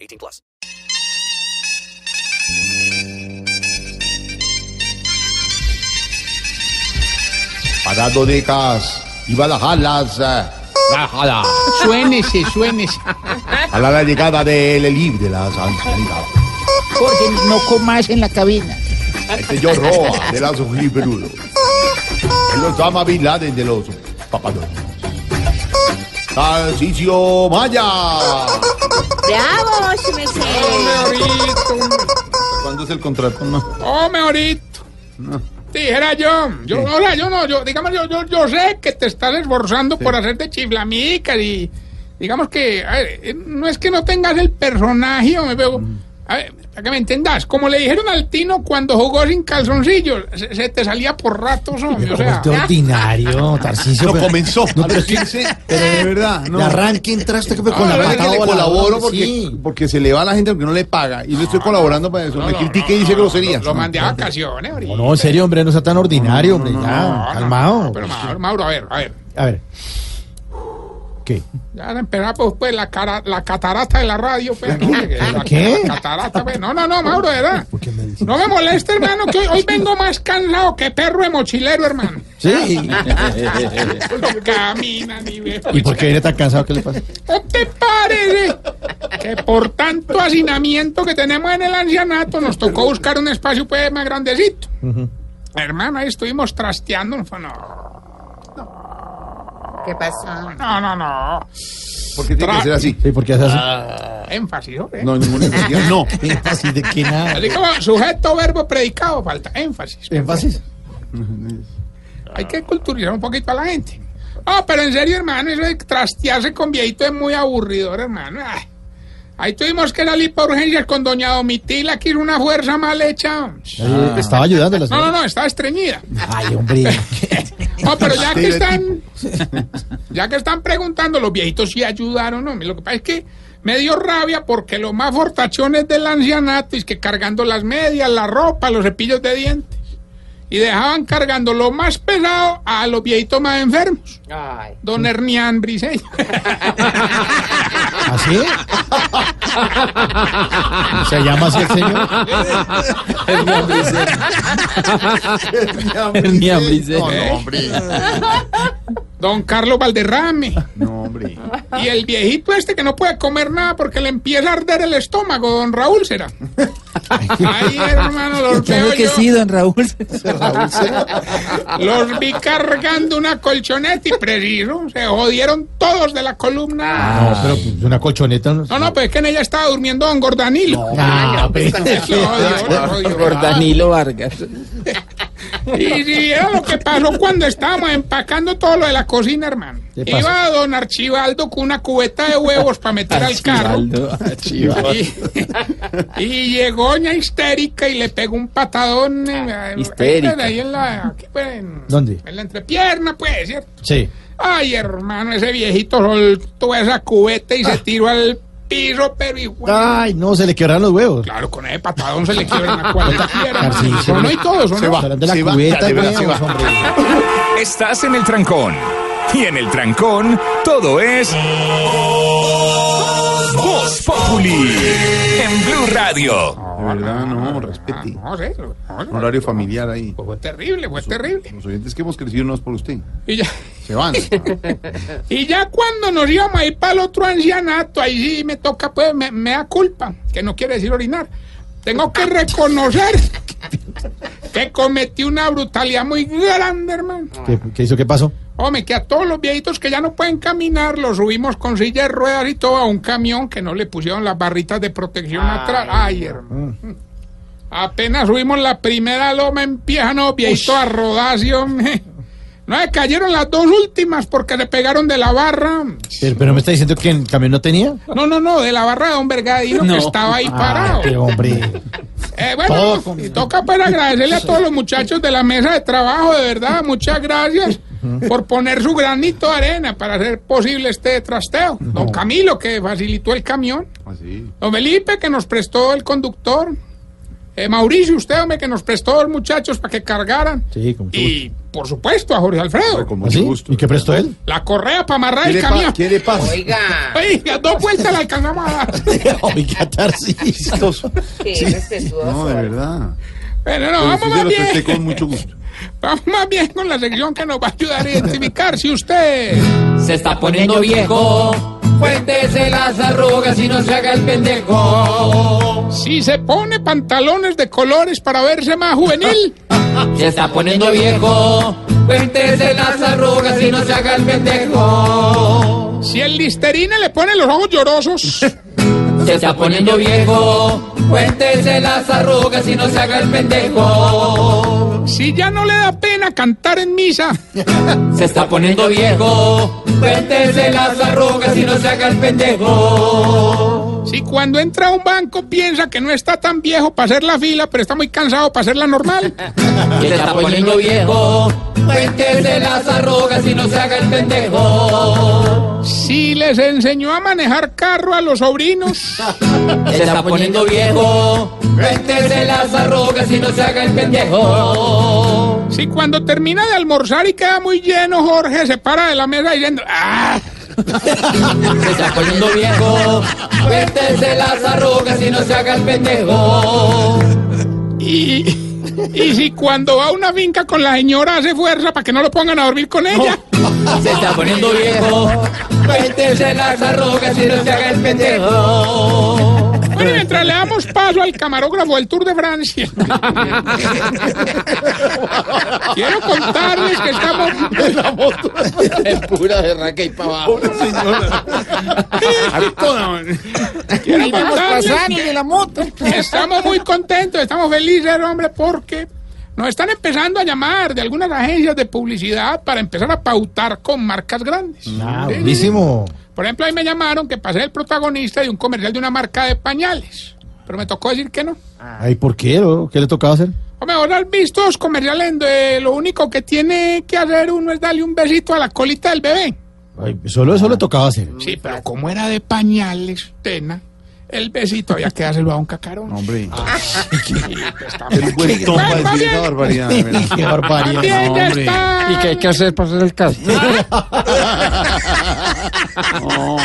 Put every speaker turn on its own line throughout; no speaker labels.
18 plus.
para Donecas y Badajalas. eh, Badajalas.
Suénese, suénese.
Para la llegada del Elib de las ancianitas.
Jorge, no comas en la cabina.
El señor Roa de las Ojibrudos. El Osama Bin Laden de los Papadones. Tarcicio Maya.
¡Bravo, su merced!
¿Cuándo es el contrato? No.
Oh, mejorito. Dijera yo, yo, hola, yo no, yo, digamos, yo, yo, yo sé que te estás esforzando por hacerte chiflamicas y digamos que, a ver, eh, no es que no tengas el personaje, me veo, a ver, para que me entendas, como le dijeron al Tino cuando jugó sin calzoncillos, se, se te salía por ratos, hombre, o sea,
ordinario, Tarcisio.
No comenzó. A los 15, pero de verdad. No.
arranque entraste que
Con la verdad que le colaboro porque,
sí.
porque se le va a la gente porque no le paga. Y Ah, no estoy colaborando para eso.
no,
Me
no,
critique y
no,
dice
no,
groserías.
Lo mandé a vacaciones, ahorita.
No, en serio, hombre, no sea tan ordinario, hombre.
No,
ya,
no,
calmado.
no, Pero Mauro, Mauro, a ver, a ver.
A ver. ¿Qué?
Ya empezamos pues la cara, la catarata de la radio, pues, no, que la-
¿Qué?
la catarata, pues. No, no, no, Mauro, de verdad.
¿Por qué me dices?
No me moleste, hermano, que hoy, hoy vengo más cansado que perro de mochilero, hermano.
Sí.
No camina ni ve.
¿Y por qué viene tan cansado? ¿Qué le pasa?
¿No te parece que por tanto hacinamiento que tenemos en el ancianato nos tocó buscar un espacio pues más grandecito? Hermano, ahí estuvimos trasteando. No,
¿Qué pasó?
no, no, no.
Porque tiene que
Tra-
ser así.
Sí, porque hace así. Ah.
Énfasis, hombre.
No, ninguna intención, No.
Énfasis de que nada.
Así como sujeto, verbo, predicado, falta
Eh,
énfasis.
Énfasis.
Hay que culturizar un poquito a la gente. Ah, pero en serio, hermano, eso de trastearse con viejito es muy aburridor, hermano. Ay, Ahí tuvimos que salir por urgencias con doña Domitila, que era una fuerza mal hecha. hombre.
Eh, Estaba ayudando la
No, no,
señora.
no, estaba estreñida.
Ay, hombre.
No, pero ya que están, ya que están preguntando, los viejitos sí ayudaron, ¿no? Lo que pasa es que me dio rabia porque los más fortachones del ancianato es que cargando las medias, la ropa, los cepillos de dientes. Y dejaban cargando lo más pesado a los viejitos más enfermos. Don Hernián Briseño.
¿Así? ¿Se llama así el señor?
Hernia Brice. No, no, hombre.
Don Carlos Valderrame.
No, hombre.
Y el viejito este que no puede comer nada porque le empieza a arder el estómago, don Raúl será. Ahí, hermano, los veo yo.
don Raúl.
Los vi cargando una colchoneta y preciso, se jodieron todos de la columna.
No, pero pues, una colchoneta. No,
No, no, pues es que en ella estaba durmiendo don Gordanilo.
Ah, pero-
Lo jodió, lo jodió.
Ah.
Danilo Vargas.
Y si viera lo que pasó cuando estábamos empacando todo lo de la cocina, hermano.
¿Qué pasó?
Iba don Archibaldo con una cubeta de huevos para meter al carro.
ah,
Y, y llegó doña histérica y le pegó un patadón. eh,
Histérica.
Ahí en la, aquí, pues, en-
¿Dónde?
en la entrepierna, pues, ¿cierto?
Sí.
Ay, hermano, ese viejito soltó esa cubeta y
Ah.
se tiró al piso, pero igual.
Ay, no, se le quebraron los huevos.
Claro, con ese patadón se le quiebran a cualquiera.
Tarcisio.
Sonó y todo, sonó.
Se va.
Serán de la
se va,
cubeta,
de verdad,
huevos,
se va.
hombre.
Estás en el trancón. Y en el trancón, todo es. Voz Populi. En Blue Radio.
De verdad, no, respete.
No sé, no,
Un
no,
Horario familiar ahí.
fue terrible, fue terrible.
Los oyentes que hemos crecido no es por usted.
Y ya,
Se van.
y ya cuando nos íbamos a ir para el otro ancianato, ahí sí me toca, pues, me, me da culpa, que no quiere decir orinar. Tengo que reconocer que cometí una brutalidad muy grande, hermano.
¿Qué, qué hizo? ¿Qué pasó?
Hombre, que a todos los viejitos que ya no pueden caminar, los subimos con silla de ruedas y todo a un camión que no le pusieron las barritas de protección atrás. Ay, hermano. Apenas subimos la primera loma, empiezan los viejitos a rodar, sí, hombre. No, se cayeron las dos últimas porque se pegaron de la barra.
Pero, pero me está diciendo que el camión no tenía.
No, no, no, de la barra de don Vergadino que estaba ahí
Ah,
parado.
qué hombre.
Eh, bueno,
Todo.
y toca para agradecerle a todos los muchachos de la mesa de trabajo, de verdad, muchas gracias por poner su granito de arena para hacer posible este trasteo. Don Camilo, que facilitó el camión.
Así.
Don Felipe, que nos prestó el conductor. Eh, Mauricio, usted, hombre, que nos prestó los muchachos para que cargaran.
Sí, con mucho gusto.
Y, por supuesto, a Jorge Alfredo.
Con
¿Ah,
mucho
sí?
gusto.
¿Y qué prestó él?
La correa para amarrar
¿Qué
el
le, pa-
camión.
qué le pasa?
Oiga,
Oiga, dos vueltas la alcanzamos a dar.
Oiga, Tarcisio.
qué respetuoso.
No, de verdad.
Bueno,
Pero
no,
sí
vamos
se
más
lo presté
bien.
con mucho gusto.
Vamos más bien con la sección que nos va a ayudar a identificar si usted.
Se está poniendo viejo. Cuéntese las arrugas y no se haga el pendejo.
Si se pone pantalones de colores para verse más juvenil.
Se está poniendo viejo. Cuéntese las arrugas y no se haga el pendejo.
Si el listerine le pone los ojos llorosos.
Se está poniendo viejo. Cuéntese las arrugas y no se haga el pendejo.
Si ya no le da pena cantar en misa.
Se está poniendo viejo. Cuéntese las arrugas y no se haga el pendejo.
Si cuando entra a un banco piensa que no está tan viejo para hacer la fila, pero está muy cansado para hacerla normal.
Se está poniendo viejo. Cuéntese las arrugas y no se haga el pendejo.
Si les enseñó a manejar carro a los sobrinos.
Se está poniendo viejo. Cuéntese las arrugas y no se haga el pendejo.
Si cuando termina de almorzar y queda muy lleno, Jorge se para de la mesa diciendo, ¡ah!
Se está poniendo viejo. Cuéntese las arrugas y no se haga el pendejo.
Y, y si cuando va a una finca con la señora hace fuerza para que no lo pongan a dormir con ella.
Se está poniendo viejo. Cuéntese las arrugas y no se haga el pendejo.
Bueno, y mientras le damos paso al camarógrafo del Tour de Francia. Quiero contarles que estamos.
Es pura berraca y para abajo.
Quiero contarles
pasando de la moto.
que estamos muy contentos, estamos felices, hombre, porque nos están empezando a llamar de algunas agencias de publicidad para empezar a pautar con marcas grandes.
Ah, buenísimo.
Por ejemplo, ahí me llamaron que pasé el protagonista de un comercial de una marca de pañales. Pero me tocó decir que no.
Ay, ¿por qué? bro? ¿Qué le tocaba hacer?
Hombre, ahora has visto los comerciales donde lo único que tiene que hacer uno es darle un besito a la colita del bebé.
Ay, solo eso le tocaba hacer.
Sí, pero como era de pañales, Tena, el besito había que dárselo a un cacarón.
Hombre.
Ah,
Está
El buen tonto
Bueno,
decir
bien.
esa barbaridad. de verdad.
Qué barbaridad.
También ya está.
hacer para hacer el caso?
Oh.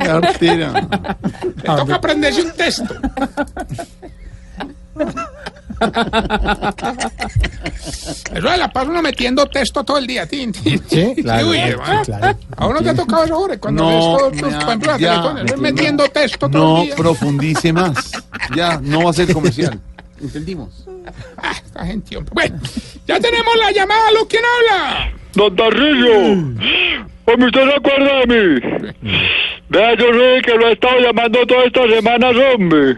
Qué artera.
Le toca aprenderse un texto. Eso de la paz uno metiendo texto todo el día, tin, tin, tin.
Sí, claro.
Uy,
sí,
hermano.
claro.
A uno te ha tocado eso, Jorge, cuando
No,
ves todos tus,
ya,
por ejemplo, las
ya,
teletones,
entiendo.
metiendo texto todo
No
el día.
profundice más. Ya, no va a ser comercial. Entendimos.
Ah, esta gente, hombre. Bueno, ya tenemos la llamada, ¿lo quién habla?
Don Tarrillo,
Mm.
hombre, ¿usted se acuerda de mí? Vea, yo soy el que lo he estado llamando todas estas semanas, hombre.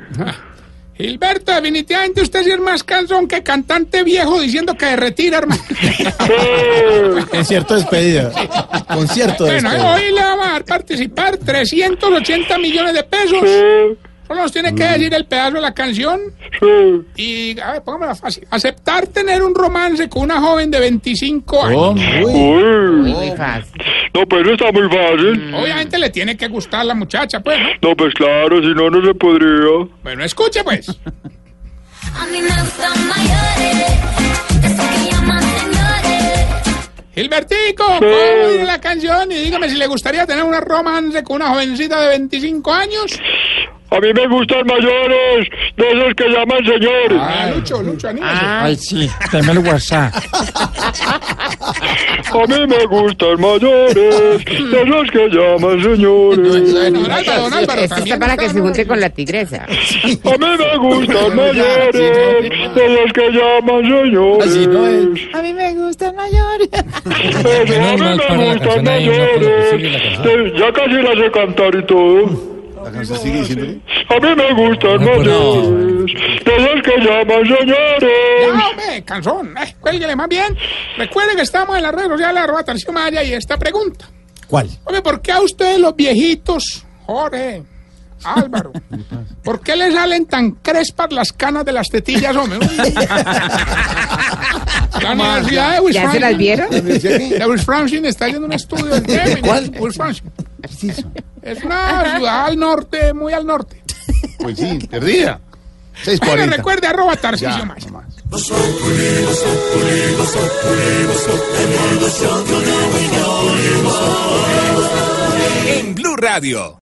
Gilberto, definitivamente usted sí es más cansón que cantante viejo diciendo que se retira, hermano.
Eh,
Concierto de despedida. Concierto de este.
bueno,
despedida.
hoy le vamos a dar participar 380 millones de pesos.
eh,
Solo nos tiene que decir el pedazo de la canción
sí.
y, a ver, póngamela fácil. Aceptar tener un romance con una joven de 25 años.
Uy,
Uy,
Muy fácil.
no, pero está muy
Mm.
fácil.
Obviamente le tiene que gustar la muchacha, pues, ¿no?
No, pues claro, si no, no se podría.
Bueno, escuche, pues.
A mí me gustan mayores, de esos que llaman señores.
Gilbertico, póngale la canción y dígame si le gustaría tener un romance con una jovencita de 25 años.
A mí me gustan mayores, de esos que llaman señores.
Ah, Lucho, Lucho, anímese.
Ay, sí, dame el WhatsApp.
A mí me gustan mayores, de esos que llaman señores.
Bueno, don Álvaro, don Álvaro,
Esto
también
está para que
usted,
se
¿no?
junte con la tigresa.
A mí me gustan mayores, de los que llaman señores.
Así no es.
A mí me gustan mayores.
Eso, a mí me gustan mayores. Ya casi la sé cantar y todo.
La canción sigue diciéndole.
A mí me gustan mayores. De los que llaman señores.
Ya, hombre, canzón. Eh, cuélguele más bien. Recuerden que estamos en las redes sociales, arroba Tarcisio Maya, y esta pregunta.
¿Cuál?
Hombre, ¿por qué a ustedes los viejitos, Jorge, Álvaro, por qué les salen tan crespas las canas de las tetillas, hombre? La Universidad
¿Ya
de
se las
Wisconsin.
vieron?
De Wisconsin está yendo un estudio del tema. ¿Cuál? Wisconsin. Es una ciudad al norte, muy al norte.
Pues sí, perdida.
Pero
640.
recuerde, arroba Tarcisio
Ya,
Maya.
nomás.
En Blue Radio.